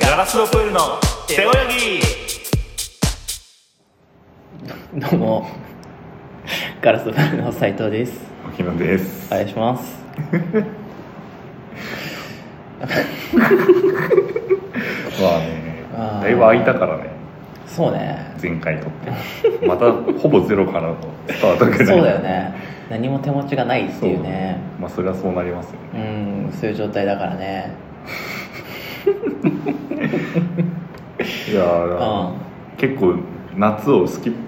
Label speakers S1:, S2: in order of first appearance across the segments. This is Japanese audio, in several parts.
S1: ガスのプールの背泳
S2: どうも、ガラスバルの斉藤です。
S3: 沖野です
S2: お願いします。
S3: まあね
S2: あー
S3: だいぶ空いたからね
S2: そうね。
S3: 前回撮ってまたほぼゼロからのスタート
S2: そ
S3: ぐ
S2: う
S3: らい
S2: だよね。何も手持ちがないっていうね。
S3: まあそれはそうなりますよ
S2: う
S3: ね
S2: ん、そういう状態だからね。
S3: いや
S2: うん。
S3: ー
S2: あ
S3: 結構夏をスキップ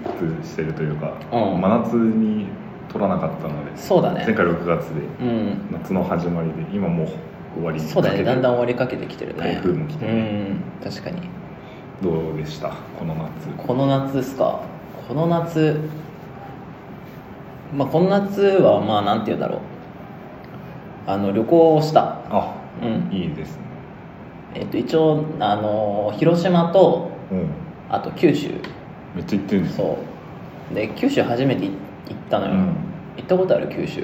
S3: してるというか、
S2: うん
S3: 真夏に撮らなかったので
S2: そうだ
S3: 前
S2: ね。
S3: 回6月で
S2: うん。
S3: 夏の始まりで今もう終わりに
S2: そうだね。だんだん終
S3: ん
S2: わりかけてきてるね。
S3: 台風も来て
S2: うん、確かに。
S3: どうでしたこの夏
S2: この夏ですか。この夏、まあ、この夏は、まあ、なんて言うんだろう。あの、旅行をした。
S3: あ
S2: うん。
S3: いいですね
S2: えっと、一応、あの、広島と、
S3: うん
S2: あと九州
S3: めっちゃ行ってるんです
S2: そ
S3: よ
S2: うで九州初めて行ったのよ、
S3: うん
S2: 行ったことある九州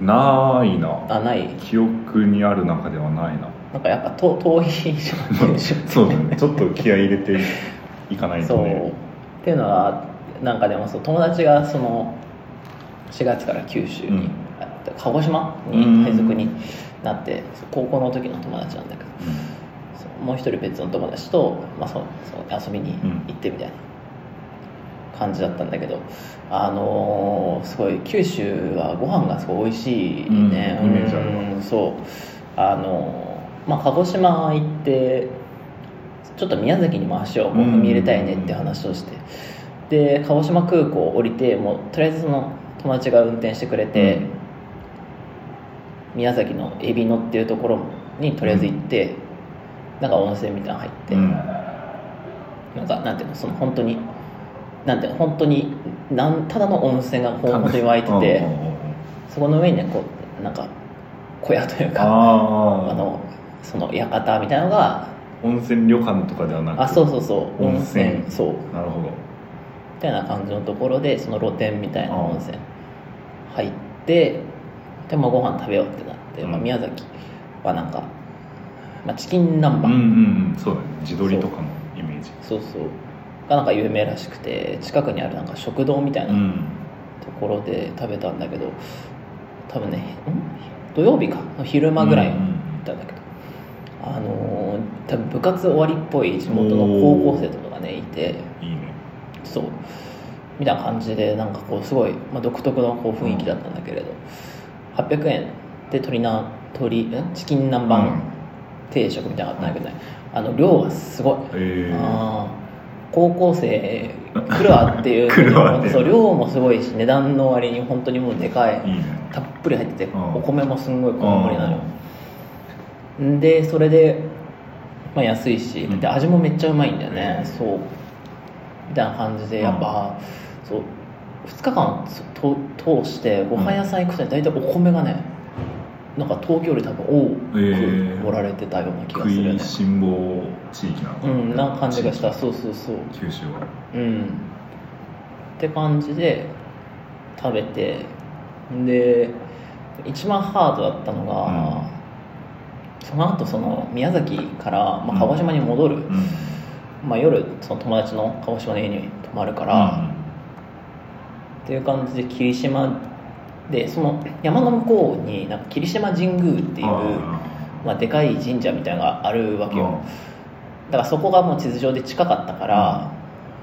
S3: ないな
S2: あない
S3: 記憶にある中ではないな
S2: なんかやっぱと遠いじゃん九州って
S3: そうだねちょっと気合い入れていかないと
S2: そう
S3: ね
S2: っていうのはなんかでもそう友達がその4月から九州に、
S3: うん
S2: あ鹿児島
S3: うん
S2: に配属になってそう高校の時の友達なんだけどそうもう一人別の友達と、まあ、そうそう遊びに行ってみたいな感じだったんだけど、あのーすごい九州はご飯がすごい美味しいね、
S3: うんイメージある
S2: うんそうあのーまあ鹿児島行ってちょっと宮崎にも足をこう踏み入れたいねって話をして、で鹿児島空港降りてもうとりあえずその友達が運転してくれて、
S3: うん
S2: 宮崎の海老野っていうところにとりあえず行って、なんか温泉みたいなの入って、
S3: うん
S2: なんかなんていうのその本当になんていうの本当になんただの温泉がこう本当に湧いてて、
S3: うんう んうんうん
S2: そこの上にねこうなんか小屋というかあ
S3: ああ
S2: のその館みたいなのが
S3: 温泉旅館とかではなく
S2: あそうそうそう
S3: 温泉
S2: そう
S3: なるほど
S2: みたいな感じのところでその露天みたいな
S3: あー
S2: 温泉入ってでもご飯食べようってなって、まあ、
S3: うん
S2: 宮崎はなんか、まあ、チキン南
S3: う
S2: 蛮、
S3: んうんうんそうだね自撮りとかのイメージ
S2: そうそうがなんか有名らしくて近くにあるなんか食堂みたいな
S3: うん
S2: ところで食べたんだけど多分ねん土曜日かの昼間ぐらいに
S3: うん
S2: 行
S3: う
S2: ったんだけど、あのー多分部活終わりっぽい地元の高校生とかがねいて
S3: んいいね
S2: そうみたいな感じでなんかこうすごい、まあ、独特のこう雰囲気だったんだけれど、800円で鶏な鶏んチキン南蛮定食みたいなのあったんだけどね、あの量がすごい。
S3: えー
S2: あー高校生クルアってい う
S3: クルアね
S2: そう量もすごいし値段の割に本当にもうでかい
S3: いいね
S2: たっぷり入ってて
S3: うん
S2: お米もすんごいこんもりなのよんでそれで、まあ、安いし
S3: うん
S2: で味もめっちゃうまいんだよね、
S3: うん
S2: そうみたいな感じでやっぱ、そう2日間とと通してご飯屋さん行くとね大体お米がねなんか東京より多分多
S3: えー
S2: く盛られてたような気が
S3: 食
S2: する
S3: い
S2: ね、
S3: しん坊地域なのか
S2: うんなんか感じがしたそうそうそう
S3: 九州は
S2: うんって感じで食べてで一番ハードだったのが、その後その宮崎から、まあ、鹿児島に戻る、
S3: うん
S2: まあ、夜その友達の鹿児島の家に泊まるから、っていう感じで霧島でその山の向こうになんか霧島神宮っていうまあ、でかい神社みたいなのがあるわけよ、だからそこがもう地図上で近かったから、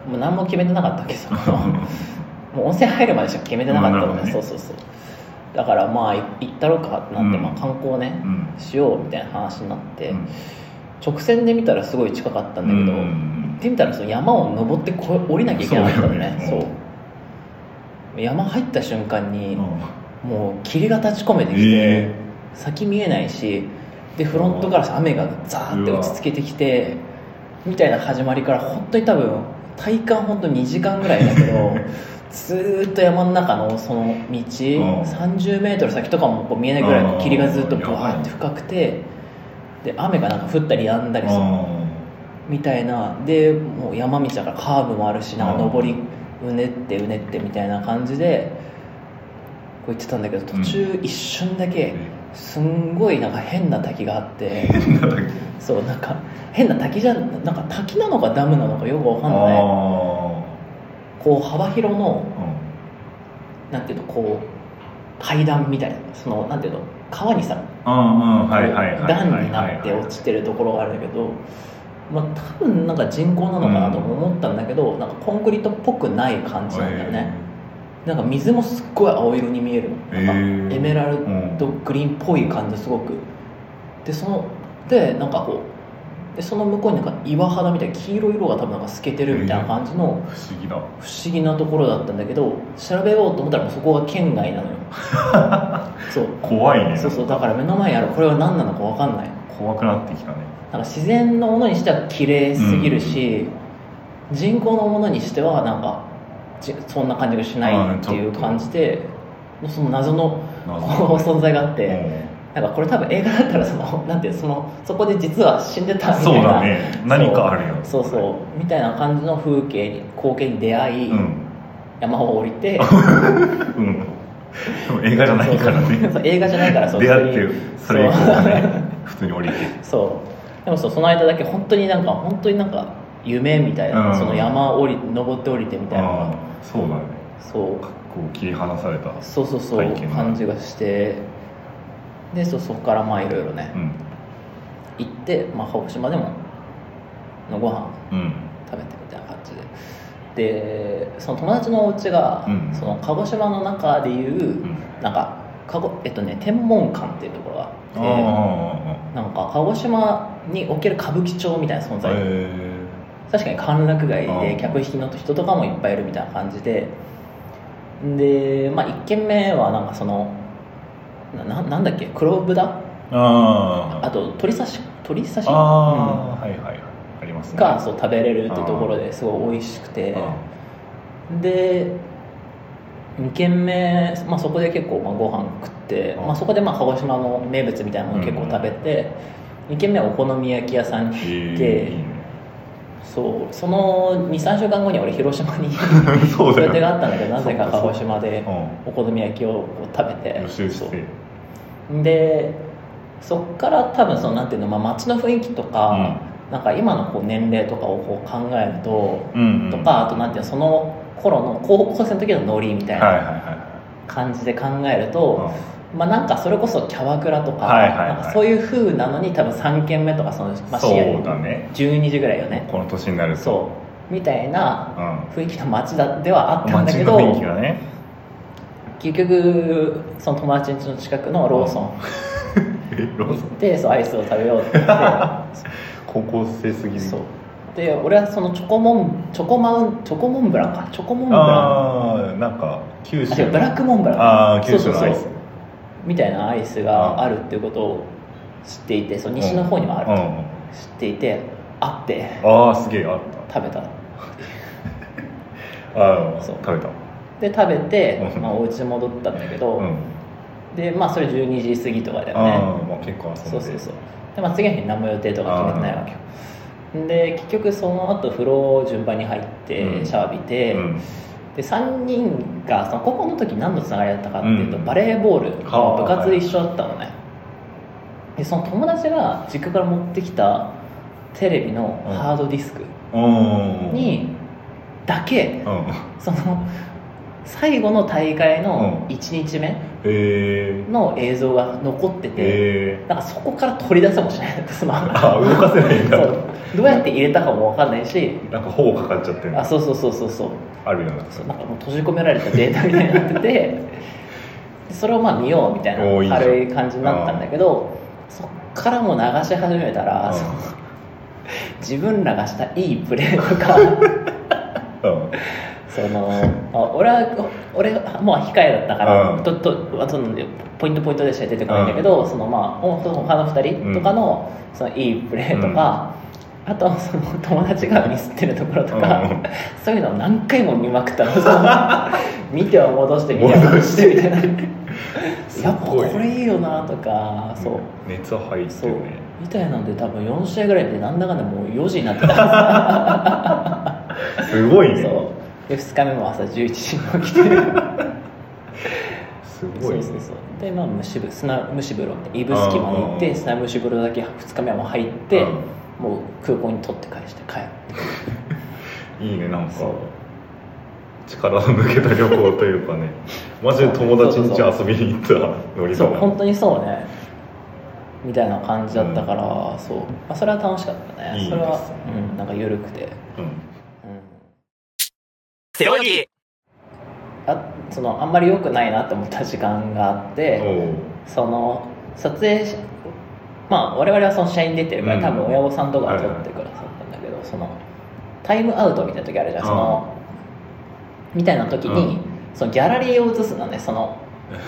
S2: もう何も決めてなかったけどもう温泉入るまでしか決めてなかったの
S3: まあなるほ
S2: ね、
S3: どね
S2: そうそうそうだからまあい行ったろうかってなって、
S3: うん
S2: まあ、観光ね、
S3: うん
S2: しようみたいな話になって、
S3: うん
S2: 直線で見たらすごい近かったんだけど、
S3: うん
S2: 行ってみたらその山を登ってこ降りなきゃいけなかったのね
S3: そ
S2: そうう
S3: だよね
S2: 山入った瞬間に、
S3: うん
S2: もう霧が立ち込めてきて、
S3: え
S2: 先見えないしでフロントガラス雨がザーって打ちつけてきてみたいな始まりから本当に多分体感本当に2時間ぐらいだけど ずーっと山の中のその道3 0ル先とかもこう見えないぐらいこう霧がずっとブワーって深くてで雨がなんか降ったりやんだりするみたいなでもう山道だからカーブもあるしなんか上りうねってうねってみたいな感じでこう言ってたんだけど途中一瞬だけすんごいなんか変な滝があって
S3: 変なだけ
S2: そうなんか変な滝じゃんなんか滝なのかダムなのかよくわかんない
S3: あ
S2: こう幅広の
S3: あうん
S2: なんていうのこう階段みたいなそのなんていうの川にさ
S3: うんうんはいはいはいはい
S2: 段になって落ちてるところがあるんだけど、まあ、多分なんか人工なのかなとも思ったんだけど、なんかコンクリートっぽくない感じなんだよね、なんか水もすっごい青色に見えるの、
S3: へー
S2: なんかエメラルドグリーンっぽい感じすごくでそのでなんかこうでその向こうになんか岩肌みたいな黄色い色が多分なんか透けてるみたいな感じの
S3: 不思議だ
S2: 不思議なところだったんだけど調べようと思ったらもうそこが県外なのよ そう
S3: 怖いね
S2: そうそうだから目の前にあるこれは何なのか分かんない
S3: 怖くなってきたね
S2: なんか自然のものにしては綺麗すぎるし、人工のものにしてはなんかじそんな感じがしないっていう
S3: うんちょっと
S2: 感じでその謎のこう
S3: 謎
S2: 存在があって、なんかこれ多分映画だったらその なんていうそのそこで実は死んでたみたいな
S3: そうだね何かあるよ
S2: そうそうみたいな感じの風景に光景に出会い、
S3: うん
S2: 山を降り て
S3: うんでも映画じゃないから
S2: そうそう そ
S3: ね
S2: う映画じゃないからそう
S3: 出会
S2: 普通
S3: っ
S2: に
S3: てそれ以降はね普通に降りて
S2: そうで もそうその間だけ本当になんか本当になんか夢みたいな、
S3: うん
S2: その山を降り登って降りてみたいなのが
S3: ああそうだね
S2: そう
S3: こう切り離された
S2: そうそうそう
S3: 体験だ
S2: 感じがしてでそうそこからまあいろいろね
S3: うん
S2: 行って、まあ、鹿児島でものご飯
S3: うん
S2: 食べてみたいな感じででその友達のお家が、
S3: うん
S2: その鹿児島の中でいう、
S3: うん
S2: なんかかごえっとね天文館っていうところが
S3: あ
S2: あって
S3: あ
S2: なんか鹿児島における歌舞伎町みたいな存在、
S3: え
S2: 確かに歓楽街
S3: う
S2: で
S3: ん
S2: 客引きの人とかもいっぱいいるみたいな感じでで、まあ、1軒目はなんかそのなななんだっけ黒豚
S3: あ
S2: あと鳥刺し鳥刺し
S3: ああー、はいはいあります
S2: うん
S3: ね
S2: がそう食べれるってところですごい美味しくてで2軒目、まあ、そこで結構まあご飯食って、
S3: うん
S2: まあ、そこでまあ鹿児島の名物みたいなのを結構食べて、2軒目はお好み焼き屋さんに行って、
S3: え
S2: そうその23週間後に俺広島に
S3: ー、 そう
S2: そ
S3: だ
S2: れ
S3: よ
S2: 手があ
S3: ね
S2: ったんだけどなぜか鹿児島で
S3: う
S2: お好み焼きをこう食べて
S3: ん予習し
S2: そ
S3: て
S2: うでそっから多分そのなんていうの、まあ、街の雰囲気とか、なんか今のこう年齢とかをこう考えると、
S3: うんうん
S2: とかあとなんていうのその頃の高校生の時のノリみたい
S3: はいは
S2: ない
S3: はい
S2: 感じで考えると、まあなんかそれこそキャバクラとか,、
S3: はいはいはい
S2: なんかそういう風なのに多分3軒目とかその、まあ、深
S3: そう
S2: 夜
S3: だね
S2: 12時ぐらいよね
S3: この年になると
S2: そうみたいな
S3: う、
S2: 雰
S3: ん、
S2: 囲気の街だではあったんだ
S3: 街
S2: け
S3: の
S2: ど
S3: 雰囲気がね
S2: 結局その友達ん家の近くのローソン
S3: えローソン
S2: でそうアイスを食べようって言っ
S3: 高校生す ぎ
S2: て
S3: る
S2: そうで俺はそのチョコモンチョコマウンチョコモンブランかチョコモンブラン
S3: ああなんか九
S2: あ違
S3: 州
S2: う ブラックモンブラン
S3: ああ
S2: そ
S3: 九
S2: うそ
S3: 州
S2: う
S3: の
S2: そ
S3: ア
S2: う
S3: イス
S2: みたいなアイスがあるっていうことを知っていてそう西の方にもある
S3: うん
S2: と、
S3: うん
S2: 知っていてあって
S3: ああすげえあっ
S2: 食べた
S3: たああ
S2: そう
S3: 食べた
S2: で食べて、
S3: うん
S2: まあ、お家に戻ったんだけど、
S3: うん
S2: でまあそれ12時過ぎとかだよね
S3: ああまあ結構遊んで
S2: そうそうそうで、まあ、次の日何も予定とか決めてないわけよで結局その後風呂順番に入って、
S3: うん
S2: シャワー浴びて、
S3: うん
S2: で3人がその高校の時何のつながりだったかっていうと、
S3: うん
S2: バレーボールの
S3: はあ
S2: 部活で一緒だったのね、でその友達が実家から持ってきたテレビのハードディスク
S3: うん
S2: にだけ
S3: うん
S2: その最後の大会の1日目
S3: えー、
S2: の映像が残ってて、
S3: え
S2: なんかそこから取り出せもしないんですま
S3: ー、あ動かせないん
S2: そ
S3: だ
S2: うどうやって入れたかも分かんないし
S3: なんか保護かかっちゃってる
S2: あそうそうそうそうそう
S3: あるよな
S2: そうなんかもう閉じ込められたデータみたいになっててでそれをまあ見ようみたい
S3: おーいいじ
S2: な
S3: ゃん
S2: 軽い感じになったんだけどそっからもう流し始めたら、
S3: うん
S2: その自分らがしたいいプレーとか
S3: うん
S2: そのあ俺は俺はもう控えだったから、
S3: うん
S2: ととあそのポイントポイントでしか出てこないんだけど、そのまあお他の2人とかの,、そのいいプレーとか、あとはその友達がミスってるところとか、
S3: うん
S2: そういうのを何回も見まくったのその見ては戻して見ては戻してみたいなやっぱこれいいよなとかそう。
S3: 熱入って
S2: そう
S3: るね
S2: みたいなんで多分4試合ぐらいでなんだかんだもう4時になってたんです
S3: すごいね
S2: そうで2日目も朝11時に起きて
S3: すす
S2: そ
S3: ごい、
S2: うそうそうでまあ蒸し風砂蒸し風呂って指宿まで行っ
S3: うんうんう
S2: て
S3: ん
S2: 砂蒸し風呂だけ2日目はもう入って、
S3: うん
S2: もう空港に取って返して帰る
S3: いいねなんか
S2: そう
S3: 力の抜けた旅行というか ねマジで友達ん家遊びに行ったノリだ
S2: そう
S3: な
S2: 本当にそうねみたいな感じだったから、そう、まあ、それは楽しかったね
S3: いいですね
S2: それは、うん、なんか緩くて、
S3: うん
S2: うん、
S1: 背泳ぎ
S2: あそのあんまり良くないなって思った時間があって
S3: おう
S2: その撮影しまあ我々はその試合に出てるから、
S3: うん
S2: 多分親御さんとかが撮ってくださったんだけど、そのタイムアウトみたいな時あるじゃん、そのみたいな時に、
S3: うん
S2: そのギャラリーを映すのねその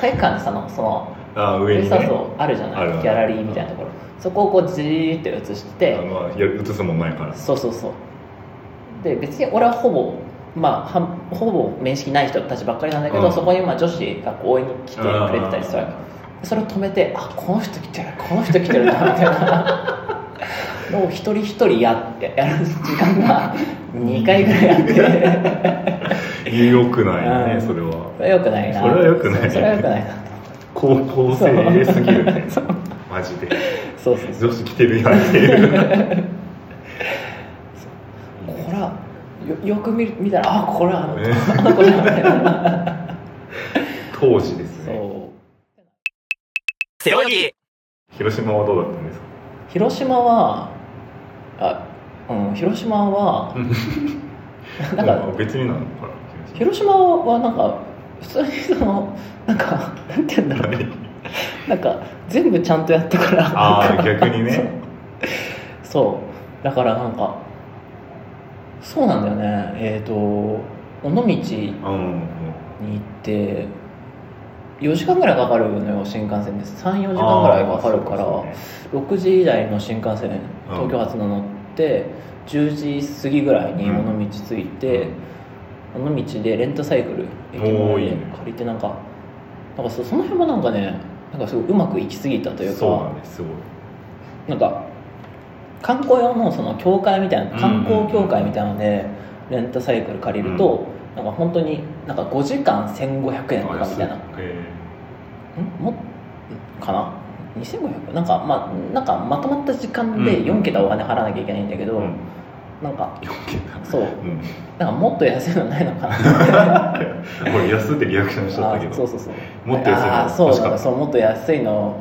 S2: 体育館でそのその
S3: あ上に
S2: そう
S3: ね
S2: そうあるじゃ
S3: あ
S2: ない
S3: るある
S2: ギャラリーみたいなところそこをこうじーって映して
S3: あ
S2: て
S3: まあいや映すもんないから
S2: そうそうそうで別に俺はほぼまあはんほぼ面識ない人たちばっかりなんだけど、
S3: うん
S2: そこにまあ女子が応援に来てくれてたりするわけそれを止めてあこの人来てるこの人来てるなみたいな もう一人一人やってやる時間が2回ぐらいあって
S3: 良くない
S2: うん
S3: ねそれは
S2: それはよくないな
S3: それは良くない
S2: それはよくないなと
S3: 高校生入れすぎるね
S2: そう
S3: マジで
S2: そうそうそう
S3: 女子来てるやんっ ていう
S2: これはよよく見る見たらあこれはあのあの子じゃんみたいな
S3: 当時ですね
S2: そう
S1: 背泳ぎ
S3: 広島はどうだったんですか
S2: 広島はあうん広島は なん
S3: まあ
S2: か
S3: 別になのかな
S2: 広島はなんか普通にそのなんかなんて言うんだろうねなんか全部ちゃんとやったから
S3: ああ
S2: なんか
S3: 逆にね
S2: そうそうだからなんかそうなんだよねえっ、と尾道に
S3: うんうん
S2: 行って4時間ぐらいかかるのよ新幹線で34時間ぐらいかかるから、
S3: あーそうですね
S2: 6時台の新幹線東京発の乗って、10時過ぎぐらいに尾道着いて、尾道でレンタサイクル駅
S3: お
S2: 前
S3: ーいい
S2: で
S3: ね
S2: 借りてなんかなんかそその辺もなんかねなんかすごいうまくいき過ぎたという
S3: そうな
S2: か
S3: んですすごい
S2: なんか観光用のその協会みたいな観光協会みたいなのでレンタサイクル借りると、なんか本当になんか5時間1500円とかみたいな
S3: え
S2: んもかな2500なんか,、まあ、なんかまとまった時間で
S3: うん
S2: 4桁お金払わなきゃいけないんだけ
S3: ー
S2: ど、
S3: うん
S2: なんか
S3: よけた
S2: そう
S3: うん
S2: なんかもっと安いのないのかな
S3: これ安ってリアクションしちゃったけ
S2: あ
S3: ど
S2: そうそうそう
S3: もっと安いの
S2: ああそう
S3: 欲し
S2: なん
S3: か
S2: か
S3: った
S2: そうもっと安いの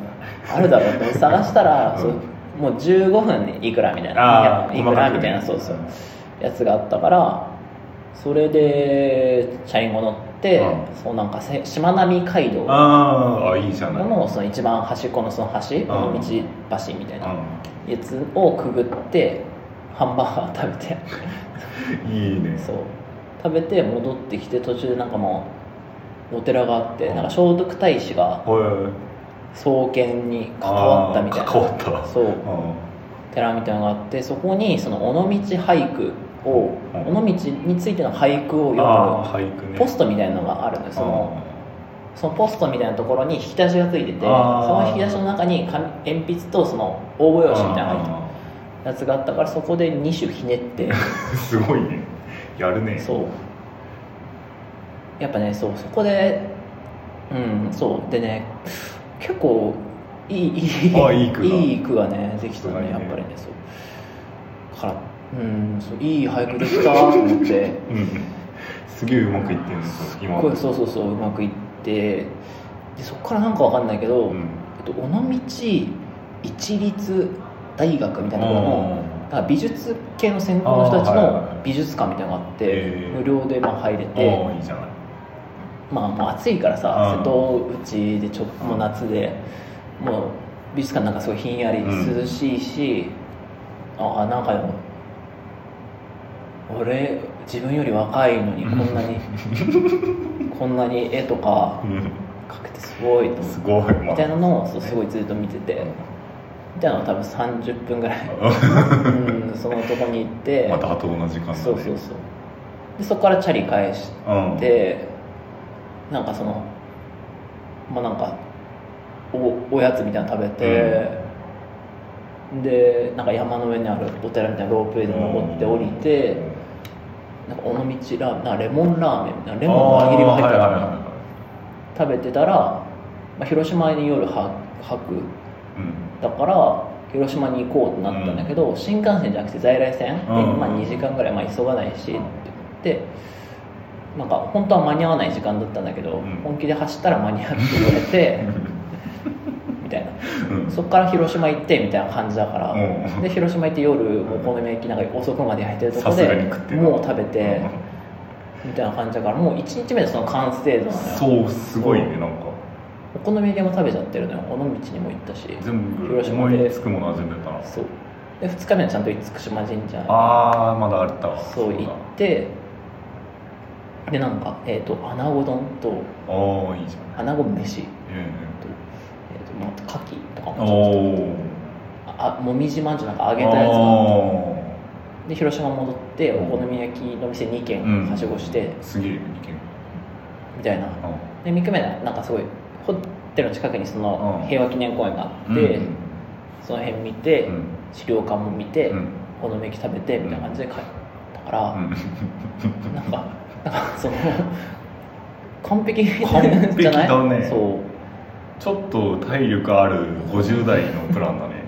S2: あるだろうと思って探したら、
S3: うん
S2: そうもう15分でいくらみたいな
S3: あー
S2: いやいくら
S3: 細かくね
S2: みたいなそうそうやつがあったからそれでチャリンコ乗って、
S3: う
S2: そうなんかせしまなみ海道
S3: あーあいいじゃない
S2: のその一番端っこのその橋、この道橋みたいな
S3: う
S2: やつをくぐってハンバーガー食べて
S3: んいいね
S2: そう食べて戻ってきて途中でなんかもうお寺があってなんか聖徳太子が
S3: ほえ
S2: 創建に関わったみたいな
S3: 関わった
S2: そう
S3: うん
S2: 寺みたいなのがあってそこにその尾道俳句を
S3: うん
S2: 尾道についての俳句を
S3: あ
S2: 読
S3: あ俳句
S2: む
S3: ね
S2: ポストみたいなのがあるのよそのそのポストみたいなところに引き出しがついててそ
S3: あー
S2: の引き出しの中に紙鉛筆とその応募用紙みたいなのが入ってて
S3: な
S2: やつがあったからそこで2種ひねって
S3: すごいねやるね
S2: そうやっぱねそうそこでうんそうでね結構いいいい
S3: あいい句が
S2: いい句がねできたね
S3: はい
S2: や
S3: は
S2: っ
S3: い
S2: ぱりねそうだからうんそういい俳句できたと思って
S3: うんすげえうまくいってるの
S2: す
S3: 今
S2: っごいそうそうそううまくいってでそこからなんかわかんないけど、
S3: うん
S2: えっと、尾道一律大学みたいなところの、だから美術系の専攻の人たち
S3: あーはいはい
S2: の
S3: はい
S2: 美術館みたいなのがあって、
S3: へー
S2: 無料でまあ入れ
S3: うんお
S2: て
S3: ーいいじゃない
S2: まあもう暑いからさ
S3: う
S2: 瀬
S3: ん
S2: 戸内でちょっともう夏でもう美術館なんかすごいひんやり
S3: うん
S2: 涼しいし、ああなんかでも俺自分より若いのにこんな にこんなに絵とか
S3: う
S2: 描けてすごいと
S3: ん
S2: 思っ
S3: す
S2: て
S3: ごいま
S2: みたいなのをそうすごいずっと見ててみたいなのを多分30分ぐら い、うん、そのとこに行って。
S3: またあと同じ感じ
S2: そうそうそうでそこからチャリ返し
S3: うん
S2: てなんかそのまあなんかおおやつみたいなの食べて、でなんか山の上にあるお寺みたいなロープウェイで登って降りて、なんか尾道ラーメンなんかレモンラーメンみたいなレモンの輪切りが入ったかな、
S3: あーはいはいはいはい
S2: 食べてたら、まあ、広島に夜は泊
S3: うん
S2: だから広島に行こうってなったんだけど、新幹線じゃなくて在来線で、
S3: うん
S2: まあ、2時間ぐらい、まあ、急がないしって言ってなんか本当は間に合わない時間だったんだけど、
S3: ん
S2: 本気で走ったら間に合うって言われて みたいな
S3: うん
S2: そっから広島行ってみたいな感じだから、
S3: うん
S2: で広島行って夜お好み焼きなんか遅くまで入ってるとこ
S3: さすがに食って
S2: で
S3: る
S2: もう食べて
S3: うん
S2: みたいな感じだからもう1日目でその完成度なのよ
S3: そうすごいねなんか
S2: お好み焼きも食べちゃってるのよ尾道にも行ったし
S3: 全部
S2: 広島
S3: 思
S2: で
S3: いつくものは全部やったな
S2: そうで2日目はちゃんと厳島神社
S3: あーまだあったわ
S2: そう行ってでなんかえっ、と穴子丼と
S3: だおーいいじゃん
S2: 穴子飯と
S3: うん
S2: えっ、とまあ牡蠣とか
S3: うん
S2: も
S3: おー
S2: あもみじまんじゅうなんか揚
S3: あ
S2: げたやつが
S3: ー
S2: で広島戻ってお好み焼きの店2軒はしごして、
S3: すげえ意見
S2: みたいな
S3: あ
S2: で3日目はなんかすごいホテルの近くにその
S3: うん
S2: 平和記念公園があっ
S3: うん
S2: て、その辺見て、
S3: うん
S2: 資料館も見て、
S3: うん
S2: お好み焼き食べてみたいな感じで帰ったから、
S3: うん
S2: なんかなんかその完璧
S3: 完璧
S2: じゃない
S3: だね
S2: そう
S3: ちょっと体力ある50代のプランだね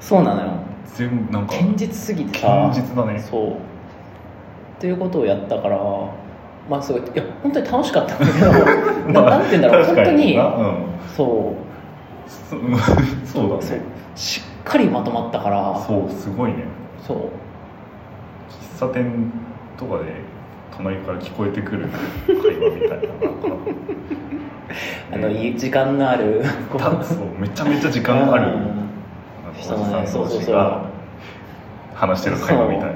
S2: そうなのよ
S3: 全部なんか
S2: 堅実すぎてさ
S3: 堅実だね
S2: そうっていうことをやったからまあすごいいや本当に楽し かったんだけどななんて言うんだろう本
S3: 確か
S2: 当に
S3: なうん
S2: そう
S3: そそうだ
S2: そう
S3: ね
S2: しっかりまとまったから
S3: そうすごいね
S2: そう
S3: 喫茶店とかで隣から聞こえてくる会話みたいな
S2: あの
S3: なんか
S2: いい時間のあるこう
S3: たそうめちゃめちゃ時間があるおじ
S2: 人
S3: さ
S2: のね
S3: ん
S2: そう
S3: 同
S2: そう
S3: 士
S2: そう
S3: が話してる会話みたいな
S2: み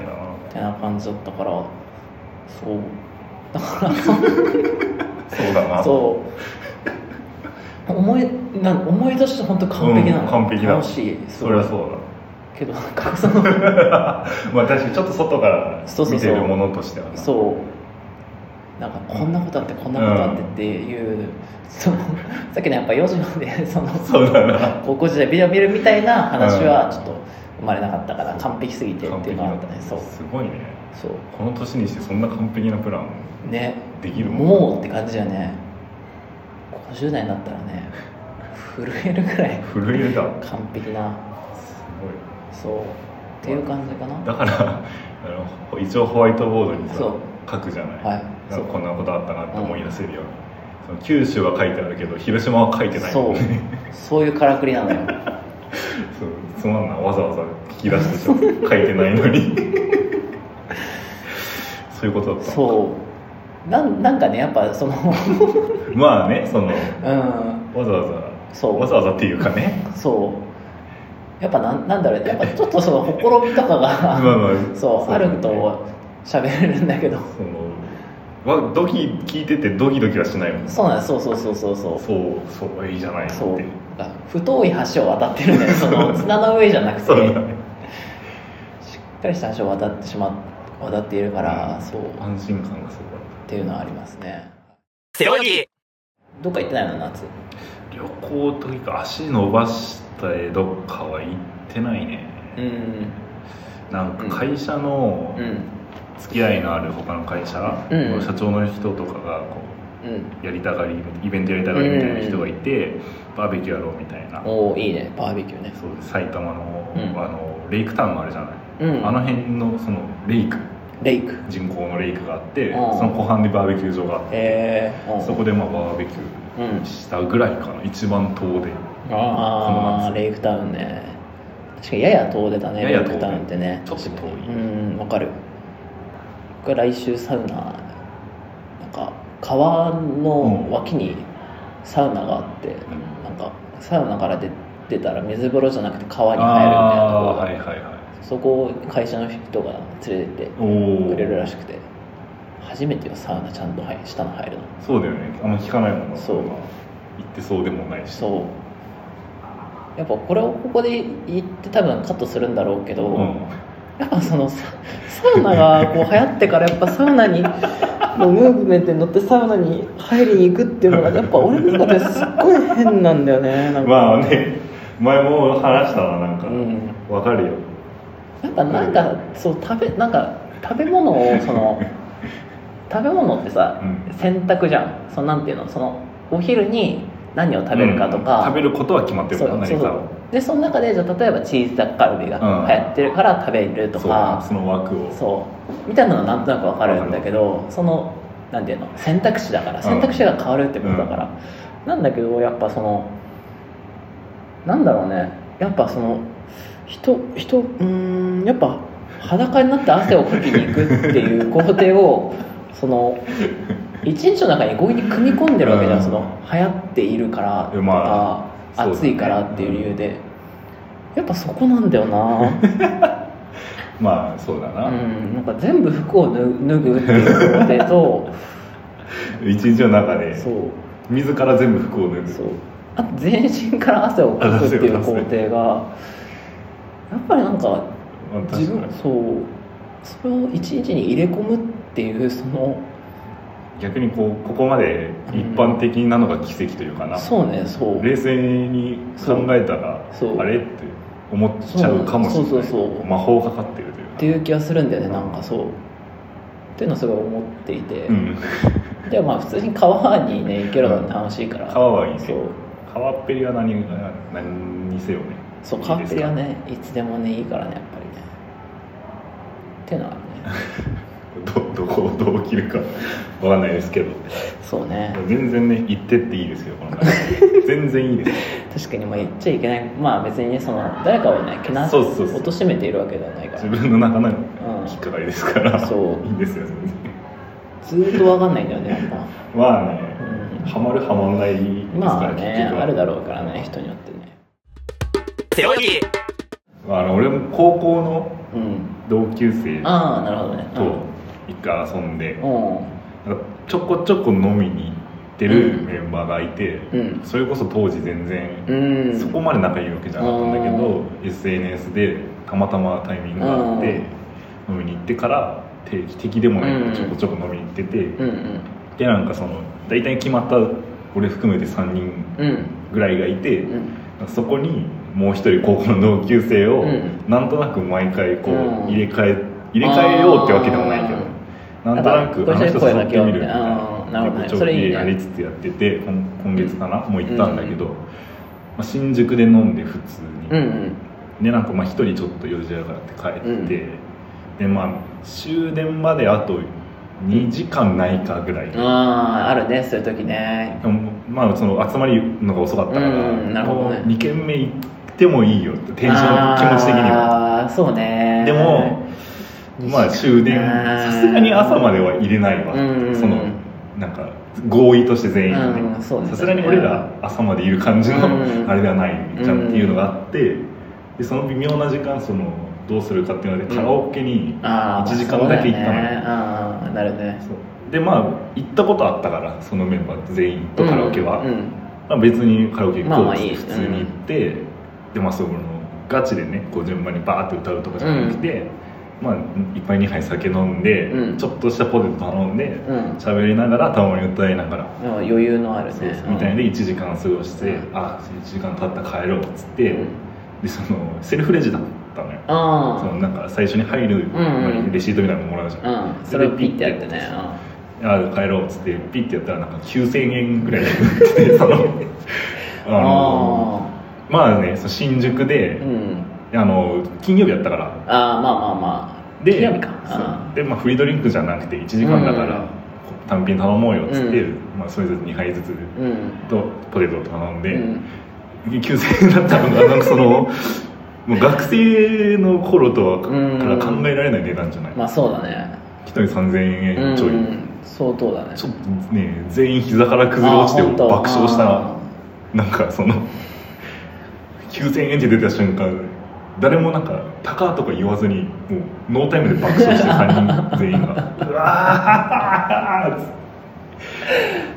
S2: たいな感じだったからそう
S3: そうだな
S2: そう思いなん思い出して本当完璧なの、
S3: うん完璧だ
S2: 楽しい
S3: そりゃそう
S2: けどなんかその
S3: だ まあ確かにちょっと外から
S2: そうそう
S3: 見
S2: そう
S3: てるものとしてはな
S2: そうなんかこんなことあってこんなことあってっていう、 そのさっきのやっぱ4時まで その
S3: そうだな
S2: 高校時代ビデオ見るみたいな話はちょっと生まれなかったから完璧すぎてっていうのはあったねそう
S3: すごいね
S2: そう
S3: この年にしてそんな完璧なプラン
S2: ね
S3: できるもん
S2: もうって感じだよね50代になったらね震えるぐらい
S3: 震えるだ
S2: 完璧な
S3: すごい
S2: そうっていう感じかな
S3: だから あの一応ホワイトボードにさ
S2: そう
S3: 書くじゃない、
S2: はい
S3: なんかこんなことあったなって思
S2: うん
S3: い出せるように、その九州は書いてあるけど広島は書いてない
S2: そうそういうからくりなのよ
S3: そうつまんないわざわざ聞き出してしまう書いてないの にそういうことだった
S2: そうなんなんかねやっぱその
S3: まあねそのわ
S2: うん
S3: ざわざ
S2: そう
S3: わざわざっていうかね
S2: そうやっぱなんなんだろうやっぱちょっとそのほころびとか
S3: まあ
S2: が
S3: まあ
S2: そうある
S3: そ
S2: と喋れるんだけど
S3: のわドキ聞いててドキドキはしないもん
S2: そうなんですそうそうそうそうそう
S3: そうそういいじゃないって
S2: そうあ太い橋を渡ってる ねその綱の上じゃなくて
S3: そうだね
S2: しっかりした橋を渡ってしま渡っているからそうっ
S3: 安心感がすごかった
S2: ていうのはありますね
S1: 背泳ぎ
S2: どっか行ってないの夏
S3: 旅行というか足伸ばしたどっかは行ってないね、
S2: うん
S3: なんか会社の
S2: うん
S3: 付き合いのある他の会社
S2: うん
S3: の社長の人とかがこ
S2: うん
S3: うやりたがりイベントやりたがりみたいな人がいて、バーベキューやろうみたいな、
S2: おおいいねバーベキューね
S3: そうです埼玉の,、
S2: うん
S3: あのレイクタウンあるじゃない、
S2: うん
S3: あの辺のそのレイク
S2: レイク
S3: 人工のレイクがあって、
S2: うん
S3: その湖畔でバーベキュー場があって、
S2: ええー、うん
S3: そこでまあバーベキュ
S2: うん
S3: ーしたぐらいかな一番遠出
S2: ああレイクタウンね確かにやや遠出だね
S3: やや遠
S2: レ
S3: 出
S2: イクタウンってね
S3: ちょっと遠い
S2: うんわかる僕は来週サウナなんか川の脇にサウナがあって、
S3: ん
S2: なんかサウナから出出たら水風呂じゃなくて川に入るみたいなとこ
S3: あ
S2: ろ
S3: ー
S2: が、
S3: はいはいはい
S2: そこを会社の人が連れてって
S3: お
S2: くれる
S3: お
S2: らしくて初めてよサウナちゃんと入下の入るの
S3: そうだよねあんま聞かないもんな
S2: そう
S3: 行ってそうでもないし
S2: そうやっぱこれをここで言って多分カットするんだろうけど、
S3: ん、
S2: やっぱそのササウナがこう流行ってからやっぱ サウナにもうムーブメントに乗ってサウナに入りに行くっていう のがやっぱ俺の中ですっごい変なんだよねなんか、
S3: まあね前も話したわなんか、
S2: うん、
S3: わかるよ
S2: なんかなんかそう食べなんか食べ物をその食べ物ってさ
S3: うん
S2: 選択じゃんそのなんていうのそのお昼に何を食べるかとか、
S3: うん食べることは決まってるから
S2: そう
S3: 何
S2: そ
S3: か
S2: う
S3: を
S2: でその中でじゃあ例えばチーズタッカルビが
S3: うん
S2: 流行ってるから食べるとか、
S3: そうその枠を
S2: そうみたいなのはなんとなくわかるんだけどそのなんていうの選択肢だから選択肢が変わるってことだから、なんだけどやっぱそのなんだろうねやっぱその人人うーんやっぱ裸になって汗をかきに行くっていう工程を その一日の中に強引に組み込んでるわけじゃん、
S3: うん
S2: その流行っているからとか、
S3: まそうだね
S2: 暑いからっていう理由で、やっぱそこなんだよな
S3: まあそうだな、
S2: うん、なんか全部服を脱ぐ脱ぐっていう工程 と
S3: 一日の中で
S2: そう
S3: 自ら全部服を脱ぐ
S2: そうあと全身から汗をかくっていう工程がやっぱりなんか
S3: まあ確かに
S2: 自分そうそれを一日に入れ込むっていうその
S3: 逆にこうここまで一般的なのが奇跡というかな、
S2: そうねそう
S3: 冷静に考えたら
S2: そう
S3: あれって思っちゃうかもしれない
S2: そうそうそうそう
S3: 魔法かかってるというか
S2: っていう気がするんだよねなんかそうっていうのをすごい思っていて、
S3: うん、
S2: でまあ普通に川にね行けるのって楽しいから、
S3: 川はいいね
S2: そう
S3: 川っぺりは何が何にせよね
S2: そう
S3: いい
S2: カ
S3: で
S2: ー
S3: す
S2: ペ
S3: か
S2: リはねいつでもねいいからねやっぱりねっていうのはね
S3: どど こをどう切るかわかんないですけど
S2: そうね
S3: 全然ね行ってっていいですよこの感 じ全然いいです
S2: 確かにまあ言っちゃいけないまあ別にねその誰かをねけなす
S3: そうそうそう
S2: 貶としめているわけではないから
S3: 自分の中の
S2: うん
S3: 引っかかりですから
S2: そう
S3: いいんですよ全然
S2: ずーっとわかんないんだよねやっぱ、
S3: まあね
S2: う
S3: ハマるハマんないです
S2: ん、ま
S3: から
S2: あね
S3: 結局は
S2: あるだろうからね人によってね
S1: セオリー
S3: あの俺も高校の
S2: うん
S3: 同級生
S2: ああなるほどね
S3: と一回遊んで、
S2: う
S3: なんかちょこちょこ飲みに行ってる
S2: うん
S3: メンバーがいて、
S2: ん
S3: それこそ当時全然、
S2: うんうん
S3: そこまで仲いいわけじゃなかったんだけど、SNS でたまたまタイミングがあって、飲みに行ってから定期的でもな
S2: うん
S3: いちょこちょこ飲みに行ってて、
S2: うんうん
S3: でなんかその大体決まった俺含めて3人
S2: うん
S3: ぐらいがいて、
S2: うん
S3: そこにもう一人高校の同級生を、
S2: うん
S3: なんとなく毎回こう
S2: うん
S3: 入れ替え、入れ替えようってわけでもないけ
S2: あ
S3: どなんとなくあの人
S2: 声
S3: 誘
S2: だ
S3: っ
S2: け
S3: て
S2: を
S3: み
S2: みたい
S3: るみたい
S2: なあーなるほどね
S3: ちょっ
S2: そ
S3: と
S2: れいいね
S3: やりつつやってて今今月かなもう行ったんだけど、まあ、新宿で飲んで普通に、
S2: うんうん
S3: でなんかまあ一人ちょっと用事あるからって帰
S2: うん
S3: って、でまあ終電まであと2時間ないかぐらい、
S2: あああるねそういう時ね
S3: でもまあその集まりのが遅かったから、
S2: うんなるほどね
S3: もう2軒目行ってもいいよってテンション気持ち的には
S2: ああそうね
S3: でもまあ終電さすがに朝までは入れないわ、
S2: うん
S3: そのなんか合意として全員が
S2: うんそう
S3: ね
S2: ね
S3: さすがに俺ら朝までいる感じの
S2: うん
S3: あれではないじゃんっていうのがあってでその微妙な時間そのどうするかっていうのでカラオケに
S2: あー
S3: 1時間だけ行ったの
S2: そう
S3: よ
S2: だよねああなるほどね
S3: そうでまあ行ったことあったからそのメンバー全員とカラオケは、
S2: うんうん
S3: まあ、別にカラオケ行
S2: まあま
S3: こ
S2: あ
S3: う
S2: いい
S3: 普通に行って、でまあそのガチでねこう順番にバーって歌うとかじゃなくて、まあいっぱい2杯酒飲んで、
S2: うん
S3: ちょっとしたポテト頼んで
S2: うん
S3: 喋りながらたまに歌いながら、
S2: でも余裕のあるね
S3: そうそうみたいなので
S2: で
S3: 1時間過ごして、
S2: うん
S3: あ1時間経った帰ろうっつって、でそのセルフレジだったのよ、
S2: あ
S3: そのなんか最初に入るの
S2: うんうん
S3: にレシートみたいなのもらうじゃん、
S2: あうんそれをピッてやってね
S3: あ帰ろうっつってピッてやったらなんか9000円ぐらい でそのあ
S2: あ
S3: の
S2: あ
S3: まあねその新宿で
S2: ーうん
S3: あの金曜日やったから
S2: ああまあまあまあ
S3: で
S2: 金曜日か
S3: そう
S2: あ
S3: で、まあ、フリードリンクじゃなくて1時間だか
S2: うん
S3: ら単品頼もうよっつって、
S2: う
S3: まあ、それぞれ2杯ずつ
S2: ーうん
S3: とポテトを頼ん
S2: う
S3: で、
S2: ん
S3: 9000円だったのがなんか そのもう学生の頃とはか
S2: うん
S3: ら考えられない値段じゃない、
S2: まあそうだね
S3: 一人3000
S2: うん
S3: 円ちょい、
S2: 相当だね
S3: ちょっとね全員膝から崩れ落ちて
S2: あーほんと
S3: 爆笑した
S2: あ
S3: ななんかその9000円って出た瞬間誰もなんか「高」とか言わずにもうノータイムで爆笑して3人全員が「うわーっつっ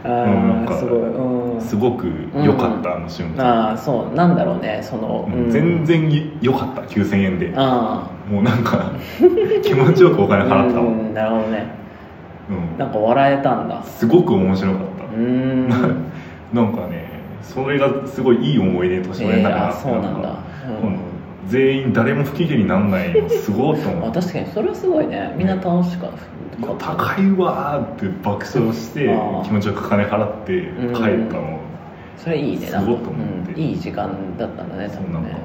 S3: て
S2: ー
S3: うんなん
S2: あー
S3: か
S2: すごいうん
S3: すごく良かったあの瞬間、
S2: ああそうなんだろうねその、
S3: もう
S2: うん
S3: 全然良かった9000円で
S2: あ
S3: もうなんか気持ちよくお
S2: あ
S3: 金払ったわ、
S2: う
S3: うん
S2: んなるほどねなんか笑えたんだ
S3: すごく面白かった、
S2: うー ん
S3: なんかねそれがすごいいい思い出として俺の中であ
S2: あ
S3: って
S2: そうなんだ
S3: か、
S2: う
S3: うんん全員誰も不機嫌にならないのすごいと思
S2: あ
S3: う
S2: 確かにそれはすごいねみんな楽しかった
S3: 「いや高いわ」って爆笑して
S2: あー
S3: 気持ちよく金払って帰ったの
S2: それいいね
S3: す
S2: なん
S3: ご
S2: か
S3: いと思って
S2: うんいい時間だったんだね多分ね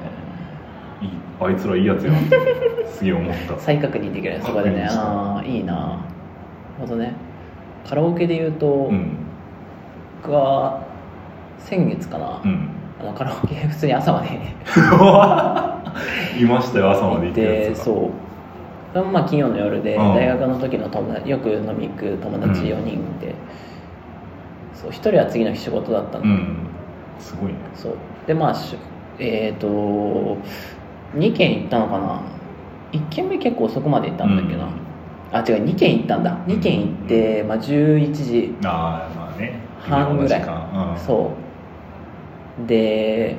S3: いいあいつらいいやつ やなってすげえ思った
S2: 再確認できるねそこでね
S3: 確認した
S2: ああいいななるほどねカラオケで言うと、
S3: うん
S2: 僕は先月かな、
S3: うん
S2: あのカラオケ 普通に朝まで
S3: いましたよ朝まで行
S2: 行
S3: っ
S2: って
S3: や
S2: て
S3: つが
S2: そうそれもまあ金曜の夜で、
S3: うん
S2: 大学の時の友達よく飲み行く友達4人で、そう1人は次の日仕事だったの、
S3: んすごいね
S2: そうでまあしえっ、と2軒行ったのかな1軒目結構遅くまで行ったんだっけど、
S3: うん
S2: あ違う2軒行ったんだ2軒行って、まあ、11時
S3: ああまあね
S2: 半ぐらい
S3: 微妙な時間
S2: そうで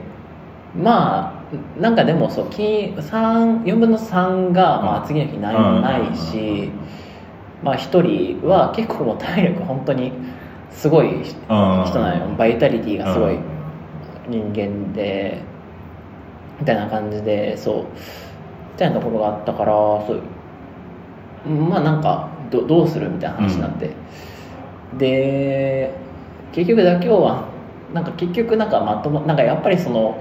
S2: まあなんかでもそう金三4分の3が、まあ、次の日何もないし、まあ、1人は結構もう体力本当にすごい人
S3: うんうん
S2: 人なんよバイタリティがすごい
S3: う
S2: 人
S3: ん
S2: 間でみたいな感じでそうみたいなところがあったからそうまあなんかどどうするみたいな話になって、で結局妥協はなんか結局なんかまともなんかやっぱりその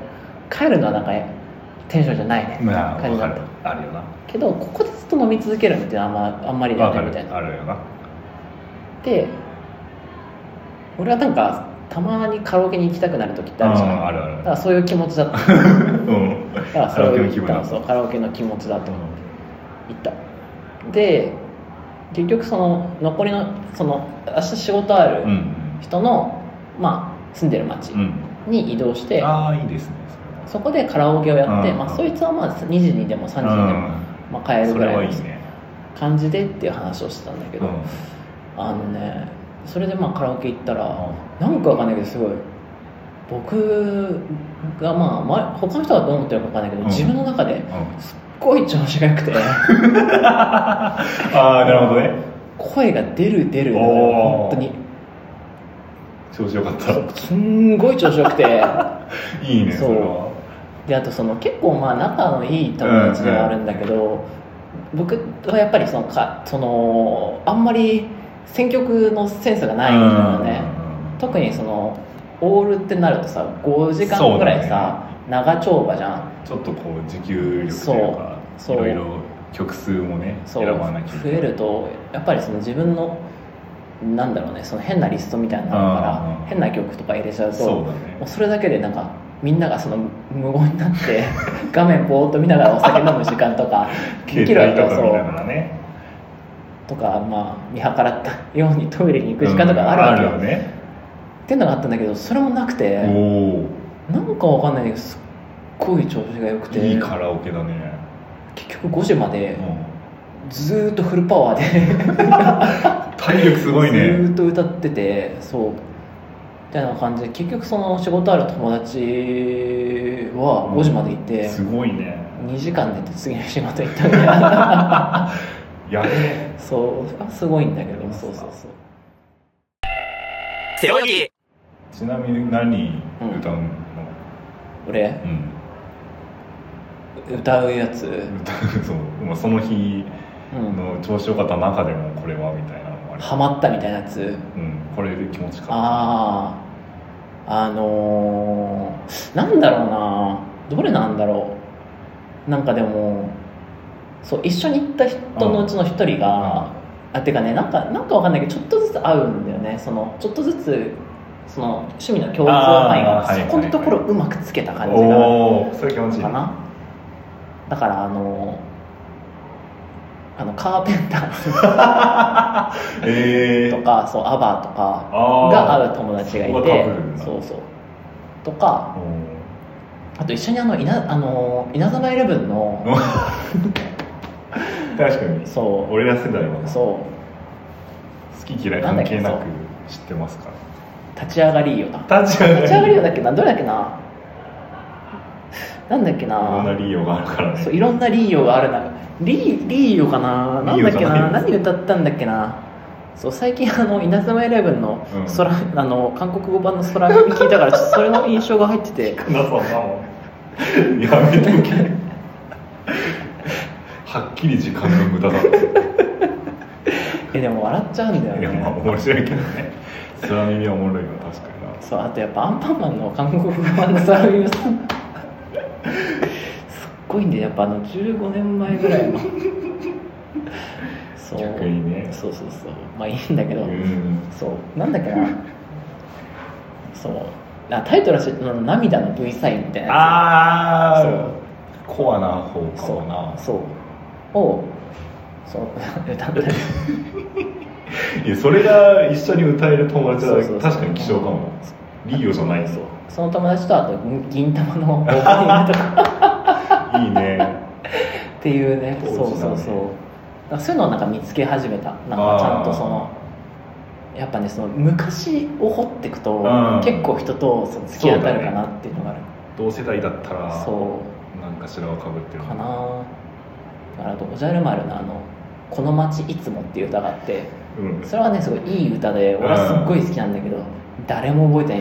S2: 帰るのはなんかテンションじゃないねみたい
S3: ま
S2: な
S3: あ
S2: 感じ
S3: 分
S2: だ
S3: か
S2: っ
S3: る
S2: た
S3: あるよな
S2: けどここでずっと飲み続けるのってあんまあんまりだ
S3: 分
S2: よ
S3: か
S2: ねみたい
S3: る
S2: な
S3: あるよな
S2: で俺はなんかたまにカラオケに行きたくなる時ってあるじゃ
S3: うん
S2: ん
S3: あるある
S2: だからそういう気持ちだった
S3: うん
S2: だからそ
S3: カ
S2: れ
S3: ラ
S2: を
S3: オケの
S2: 言
S3: 気
S2: っ
S3: 分
S2: た
S3: だった
S2: そうカラオケの気持ちだと言ったで結局その残りのその明日仕事あ
S3: う
S2: る
S3: ん
S2: 人の、まあ、住んでる町
S3: うん
S2: に移動して、
S3: ああいいですね
S2: そこでカラオケをやって、
S3: うん
S2: まあ、そいつはまあ2時にでも3時
S3: そ
S2: に
S3: れ
S2: で
S3: は
S2: も、まあ、帰
S3: うん
S2: る
S3: そ
S2: ぐ
S3: れは
S2: らい
S3: いい
S2: の
S3: ね
S2: 感じでっていう話をしてたんだけ
S3: う
S2: ど、
S3: ん
S2: あのねそれでまあカラオケ行ったらなんかわかんないけどすごい僕がまあまあ他の人がどう思ってるかわかんないけど、
S3: うん
S2: 自分の中で
S3: うん
S2: すっごい調子が良くて
S3: ああなるほどね
S2: 声が出る出る
S3: おー
S2: 本当に
S3: 調子よかった
S2: すんごい調子良く て
S3: いいね
S2: そ
S3: そうれは
S2: であとその結構まあ仲のいい友達ではあるんだけど、僕はやっぱりそのかそのあんまり選曲のセンスがないんだよね、特にそのオールってなるとさ5時間ぐらいさ、長丁場じゃん
S3: うんちょっとこう持久力というか
S2: そ
S3: いうろいろ曲数もね
S2: そ
S3: 選
S2: う
S3: ばなきゃい
S2: 増
S3: けない
S2: えるとやっぱりその自分のなんだろうねその変なリストみたいなのがあるか
S3: うん
S2: ら変な曲とか入れちゃうと
S3: そうだ
S2: もう
S3: ね
S2: それだけでなんかみんながその無言になって 画面ぼーっと見ながらお酒飲む時間とかできるわけ
S3: 携
S2: よ
S3: 帯と
S2: そ
S3: か見なが
S2: う
S3: らね
S2: とかまあ見計らったようにトイレに行く時間とかあるわけよ、
S3: うんあ
S2: っ
S3: るよね
S2: ていうのがあったんだけどそれもなくて
S3: おお
S2: なんかわかんないけどすっごい調子が良くて
S3: いいカラオケだね
S2: 結局5時ま
S3: う
S2: で
S3: ん
S2: ずーっとフルパワーで
S3: 体 力すごい
S2: ず
S3: ね
S2: ーっと歌っててそうみたいな感じで結局その仕事ある友達は5時までいて、
S3: すごいね
S2: 2時間寝て次の仕事行ったみたいな
S3: やるね
S2: そうあすごいんだけどそうそうそう
S1: 背泳ぎ
S3: ちなみに何歌うの
S2: 俺
S3: うん
S2: 歌うやつ、
S3: 歌うそうまあその日
S2: うん、
S3: の調子よかった中でもこれはみたいなのもある
S2: ハマったみたいなやつ
S3: うんこれで気持ちか
S2: あああのー、なんだろうなどれなんだろうなんかでもそう一緒に行った人のうちの一人があてかねなんかなんかわかんないけどちょっとずつ会うんだよねそのちょっとずつその趣味の共通範囲
S3: あー
S2: が
S3: はい
S2: そこのところをうまくつけた感じが
S3: おおそれ気持ちいい
S2: かなだからあのーあのカーペンター
S3: え
S2: ズ
S3: ー
S2: とかそうアバーとか
S3: あー
S2: が会う友達がい
S3: そこが
S2: て
S3: カップルなんだ
S2: そうそうとか
S3: お
S2: あと一緒にあの稲あの稲妻イレブンの
S3: ー確かに
S2: そ
S3: 俺ら世代は
S2: う
S3: 好
S2: そ
S3: き嫌い関係なく知ってますか
S2: う立ち上がりよだ
S3: ら立ち上がり
S2: 立ち上がりよだっけなどれだっけ ななんだっけ
S3: いろんな
S2: な
S3: 理由があるからね
S2: そういろんなリーヨがあるなリーリーヨかななんだっけ
S3: リーヨじゃな
S2: ない
S3: です
S2: 何歌ったんだっけなそう最近あの稲妻イレブンの
S3: うん
S2: 空、あの韓国語版の空耳聞いたからちょっとそれの印象が入ってて
S3: なさんなもんやめとけはっきり時間の無駄だって
S2: えでも笑っちゃうんだ
S3: いや
S2: よ
S3: まあ
S2: ね
S3: 面白いけどね空耳はおもろいわ確かにな
S2: そうあとやっぱアンパンマンの 韓国語版のサラリーマンすっごいんでやっぱあの15年前ぐらいのそう
S3: 逆にね
S2: そうそうそうまあいいんだけど、
S3: うん
S2: そうなんだっけなそうあタイトルは知ってる涙の V サインみたいなやつ
S3: あ
S2: そ
S3: あ
S2: う
S3: コアな方か
S2: そう
S3: もな
S2: そうをそう 歌ったり
S3: いやそれが一緒に歌える友達
S2: そうそう
S3: は確かに希少かもリーオじゃないぞ
S2: その友達とあと銀玉のオープニングとか
S3: いいね
S2: っていうね
S3: 当時
S2: そう
S3: だね
S2: そうそうだからそういうのをなんか見つけ始めたなんかちゃんとそのやっぱねその昔を掘っていくと
S3: うん
S2: 結構人とその付き当たるかなっていうのがある
S3: 同世代だったら
S2: そう,、
S3: なんかしらをかぶってる
S2: かなだからあとおじゃる丸のあの「この街いつも」っていう歌があって
S3: うん
S2: それはねすごいいい歌で俺はすっごい好きなんだけど誰も覚えてな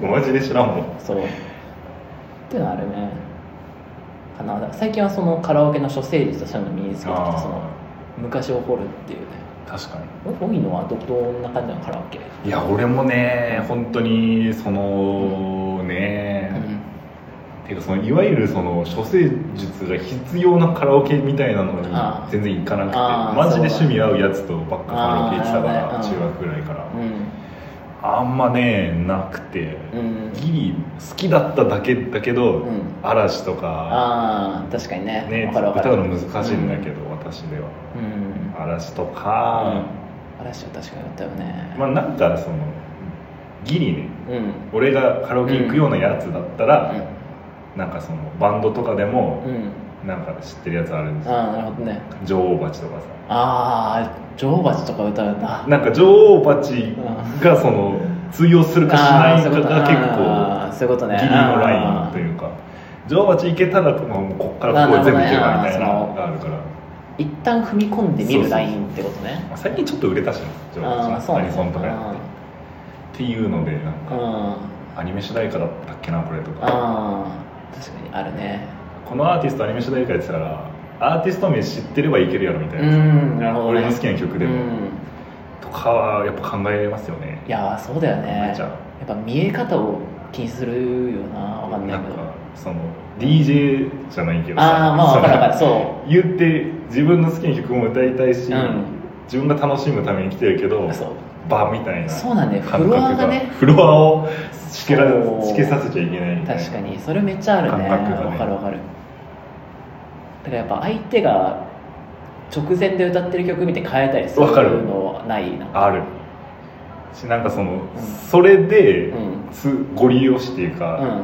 S2: いね
S3: マジで知らんもん
S2: そうっていうのはあるねかなだから最近はそのカラオケの処世術とそういうの身につけてきてその昔を掘るっていうね
S3: 確かに
S2: 多いのはどどんな感じなのカラオケ
S3: いや俺もね本当にそのね、ていうかそのいわゆるその処世術が必要なカラオケみたいなのに
S2: あー
S3: 全然行かなくて
S2: あー
S3: マジで趣味合うやつとばっかカラオケ行ってたか
S2: あ
S3: ら
S2: ー
S3: 中学ぐらいから
S2: うん
S3: あんまねなくて
S2: うん、
S3: ギリ好きだっただけだけど、
S2: うん、
S3: 嵐とか、
S2: ああ確かにね
S3: ね、
S2: わかるわか
S3: 歌
S2: る
S3: うの難しいんだけど、私では
S2: うん、うん、
S3: 嵐とか、
S2: 嵐は確かに歌うね、
S3: まあなんかそのギリね
S2: うんうん
S3: 俺がカラオケ行くようなやつだったら、なんかそのバンドとかでも
S2: うん
S3: なんか知ってるやつあるんですよ
S2: ああなるほどね
S3: 女王蜂とかさ
S2: ああ女王蜂とか歌うんだ
S3: なんか女王蜂がその通用するかしないかが結構
S2: あーそういうことね
S3: ギリのラインというか女王蜂行けたらまあもうこっからここへ全部行けばみたいなのがあるから
S2: 一旦踏み込んでみるラインってことね
S3: 最近ちょっと売れたしな女王
S2: ああ
S3: 蜂
S2: そう
S3: が
S2: なん
S3: アニ
S2: だ
S3: ソンとかやってっていうのでなん
S2: うん
S3: か
S2: あ
S3: アニメ主題歌だったっけなこれとか
S2: あ確かにあるね
S3: このアーティストアニメ主題歌やってたらアーティスト名知ってればいけるやろみた
S2: う
S3: いな、
S2: んなるほどね
S3: 俺の好きな曲で
S2: う
S3: も、
S2: ん
S3: とかはやっぱ考えますよね
S2: いやーそうだよ
S3: 考
S2: ね
S3: えちゃう
S2: やっぱ見え方を気にするよなわかんない
S3: ん
S2: けど
S3: かその DJ じゃないけど
S2: ああまあわかるわかる
S3: そ
S2: そ
S3: の 言って自分の好きな曲も歌いたいし、
S2: うん
S3: 自分が楽しむために来てるけど
S2: うそう
S3: 場みたいな
S2: そうなんだよフ
S3: 感覚
S2: ロ
S3: が
S2: アがね
S3: フロアをしけら
S2: そう
S3: しけさせちゃいけないみたいな
S2: 確かにそれめっちゃあるねわ
S3: 感覚がね
S2: かるわかるだからやっぱ相手が直前で歌ってる曲見て変えたりする
S3: わかる
S2: のはないな
S3: あるしなんかその、
S2: ん
S3: それで、
S2: うん
S3: つご利用しっていう
S2: う
S3: か、
S2: ん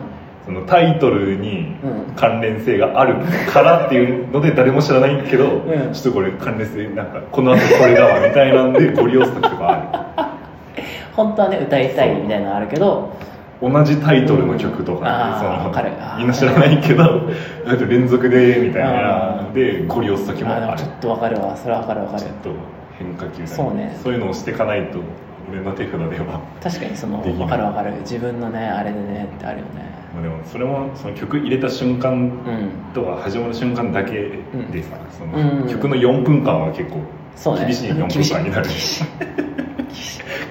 S3: そのタイトルに
S2: うん
S3: 関連性があるからっていうので誰も知らないけど、
S2: うん
S3: ちょっとこれ関連性なんかこの後これだわみたいなんでご利用する時とかあ
S2: 本当はね歌いたいみたいなのあるけど
S3: る同じタイトルの曲とか、
S2: あー
S3: その
S2: わかるあー
S3: みんな知らないけどあと連続でみたいな
S2: うん
S3: でご利用する
S2: あ
S3: 時も
S2: ーで
S3: あ
S2: も
S3: る
S2: ち
S3: ち
S2: ょ
S3: ょ
S2: っとわかるわそれはわかるわかる
S3: っと変化球だ
S2: そうね
S3: そういうのをしていかないと俺の手札では
S2: 確かにその
S3: できない
S2: わかるわかる自分のねあれでねってあるよね
S3: まあでもそれもその曲入れた瞬間
S2: うん
S3: とか始まる瞬間だけでさ、そ
S2: うん
S3: の曲の4分間は結構
S2: そうね
S3: 厳しい4分
S2: 厳しい
S3: 間になる
S2: 厳しい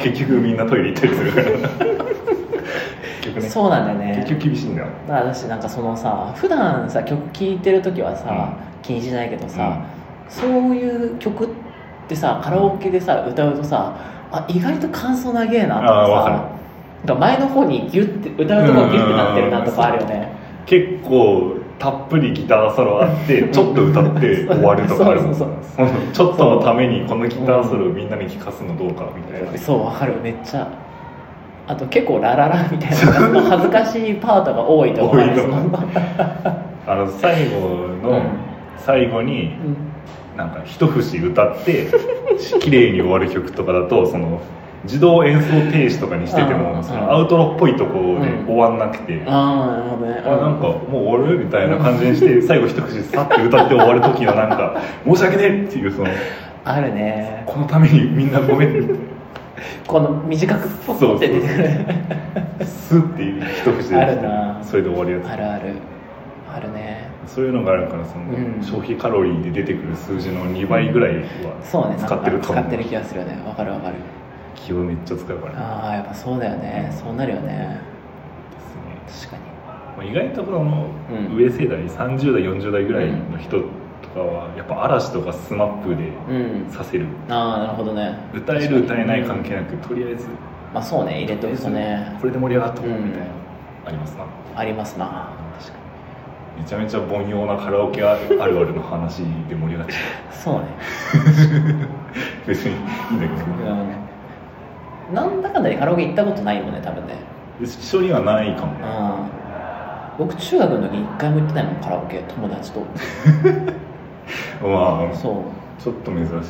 S3: 結局みんなトイレ行ったりするから結局ね
S2: そうなんだよね
S3: 結局厳しいんだよ
S2: だから私なんかそのさ普段さ曲聴いてる時はさ、気にしないけどさ、そういう曲ってさカラオケでさ歌うとさあ意外と感想長えなと
S3: あーわかる
S2: かさなんか前の方にギュッて歌うとこギュッてなってるなとかあるよね
S3: 結構たっぷりギターソロあってちょっと歌って終わるとかあるもん
S2: そう
S3: そのちょっとのためにこのギターソロをみんなに聞かすのどうかみたいな
S2: そうわかるめっちゃあと結構ラララみたいな なんか恥ずかしいパートが多いと 思う
S3: 多いと思うあの最後
S2: う
S3: の
S2: ん
S3: 最後になんか一節歌って綺麗に終わる曲とかだとその自動演奏停止とかにしてて
S2: う
S3: も
S2: ん
S3: そのアウトロっぽいとこで
S2: うん
S3: 終わんなくて、
S2: ああなるほどね
S3: あなんかもう終わるみたいな感じにして最後一口さって歌って終わる時のなんか「申し訳ねえ!」っていうその
S2: あるね
S3: このためにみんなごめんって
S2: この短くポッて出てくる
S3: スッっていう一口で
S2: あるな
S3: それで終わるや
S2: あるあるあるね
S3: そういうのがあるからその、
S2: うん
S3: 消費カロリーで出てくる数字の2倍ぐらいは
S2: そうねなんか
S3: 使ってると
S2: 使
S3: 思う
S2: ってる気がするよねわかるわかる
S3: 気をめっちゃ使うから
S2: ああやっぱそうだよねそうなるよね
S3: ですね
S2: 確かに
S3: まあ意外とこの
S2: うん
S3: 上世代、30代40代ぐらいの人とかはやっぱ嵐とか SMAP で
S2: うん
S3: させる
S2: ああなるほどね
S3: 歌える歌えない関係なくとりあえず
S2: まあそうね入れとくとね
S3: これで盛り上がった
S2: うん
S3: みたいな、ありますな
S2: ありますな確か
S3: めちゃめちゃ凡庸なカラオケあるあるの話で盛り上がっ
S2: に
S3: ちゃ
S2: そうね
S3: う別にいいんだけど、
S2: うんなんだかんだでカラオケ行ったことないもんね多分ね
S3: 一緒にはないか
S2: う
S3: もね
S2: ん僕中学の時一回も行ってないもんカラオケ友達と
S3: まあ
S2: そう
S3: ちょっと珍しいか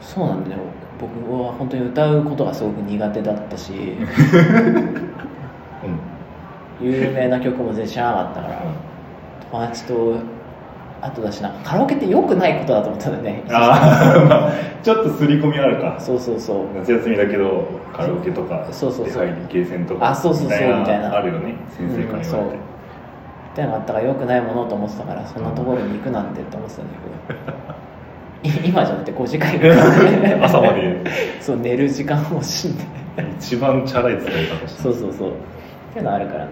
S2: そうなんだよ僕は本当に歌うことがすごく苦手だったし
S3: うん
S2: 有名な曲も全然知らなかったから友達と後だしなんかカラオケって良くないことだと思ったんだよね
S3: ああまあちょっと刷り込みあるか
S2: そうそうそう
S3: 夏休みだけどカラオケとか
S2: そうそうそう
S3: 出入りゲーセンとか
S2: あそうそうそうみたいな
S3: あるよね先生から
S2: うん
S3: 言
S2: そう
S3: われて、
S2: みたいなのがあったから良くないものと思ってたからそんなところに行くなんてって思ってたんだけ どい今じゃなくて5時間行くからね
S3: 朝まで
S2: そう寝る時間を惜しんで
S3: 一番チャラい使い方して
S2: そうそうそうっていうのあるからね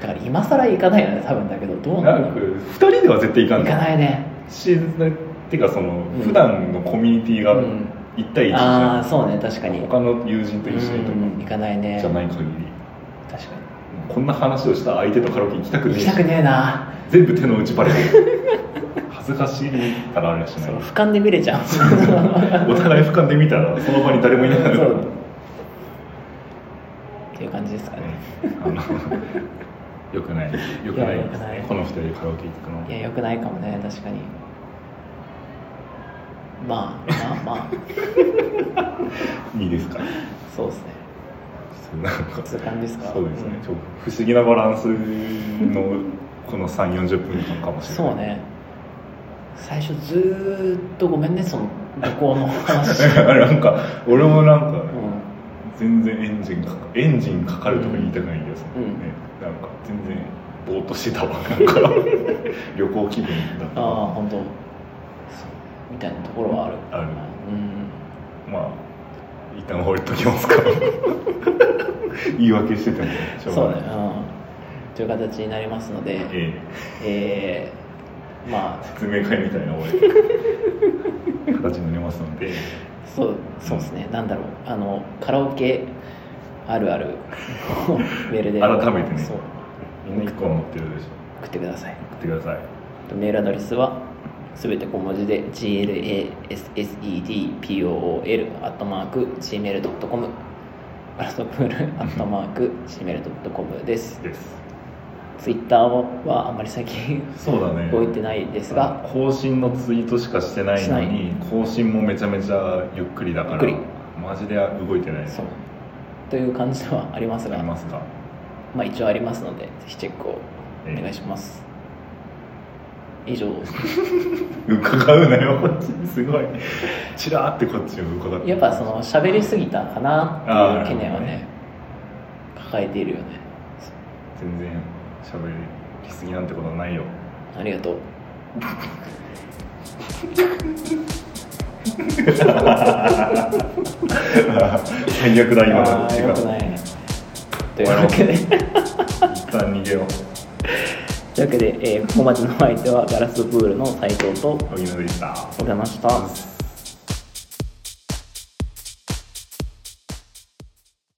S2: だから今更行かないよね多分だけどどうな
S3: なん
S2: の
S3: か2人では絶対行かん
S2: 行
S3: じ
S2: か
S3: ゃん
S2: ないね
S3: シーズンっていうかその
S2: ん
S3: 普段のコミュニティが
S2: うん
S3: 1対1じ
S2: あ
S3: ゃ
S2: あ
S3: ん、
S2: そうね確かに
S3: 他の友人と一緒にと
S2: うん行かないね
S3: かじゃ
S2: 確か
S3: ない限り
S2: に
S3: こんな話をした相手とカラオケ行きたく
S2: 行
S3: ねえ
S2: き
S3: した
S2: くねえな
S3: 全部手の内バレてる 恥ずかしいからあれはしな
S2: そ
S3: い
S2: の俯瞰で見れちゃう
S3: お互い俯瞰で見たらその場に誰もいなくな
S2: そ
S3: る
S2: うっていう感じですかね
S3: あのよくないよくない
S2: いや良
S3: で
S2: く
S3: す
S2: ない
S3: ねこの2人でカラオケ行く
S2: い
S3: の
S2: やよくないかもね確かにまあまあま あ
S3: いいですか
S2: そうですね
S3: なんか
S2: そういう感じですか
S3: そうですね
S2: ん、
S3: ちょっと不思議なバランスのこの3 4 0分間かもしれな
S2: そ
S3: い
S2: うね最初ずーっとごめんねその旅行の 話
S3: だからなんか俺もなんか
S2: う
S3: 全然エンジンかかエンジンかかるとか言いたくないけどさ、
S2: うん
S3: ね、なんか全然ぼーっとしてたわなんか旅行気分だっ
S2: んあ
S3: た
S2: あ本当そうみたいなところはある
S3: ある
S2: うん
S3: まあ一旦終わりときますか言い訳しててもしょ
S2: そう
S3: う
S2: ね
S3: が
S2: う
S3: ない
S2: んという形になりますので
S3: え
S2: えー、まあ
S3: え説明会みたいな終わり形になりますので
S2: そうそうですねなんだろうあのカラオケあるあ るメールで
S3: 改めてね
S2: そう
S3: みんな1個は持ってるでしょ
S2: 送ってください
S3: 送ってください
S2: メールアドレスはすべて小文字で glassedpool.gmail.com ガラストプール .gmail.com です
S3: です
S2: ツイッターはあまり最近
S3: そうだね
S2: 動いてないですが
S3: 更新のツイートしかしてないのに更新もめちゃめちゃゆっくりだから
S2: ゆっく
S3: マジで動いてない
S2: そうという感じではあります
S3: あ
S2: が
S3: りますか
S2: まあ一応ありますのでぜひチェックをお願いします以上
S3: 伺うなよ こっちすごいチラーってこっちを伺って
S2: やっぱその喋りすぎたかなっていう懸念はね抱えているよね
S3: 全然喋りすぎなんてことはないよ
S2: ありがとう
S3: 最悪だ今の
S2: あー
S3: 違
S2: よく
S3: う
S2: ないねというわけでとい
S3: 一旦逃げよう
S2: うわけで、えーここまでのお相手はガラスプールの斉藤と
S3: 荻野でした
S2: おざました。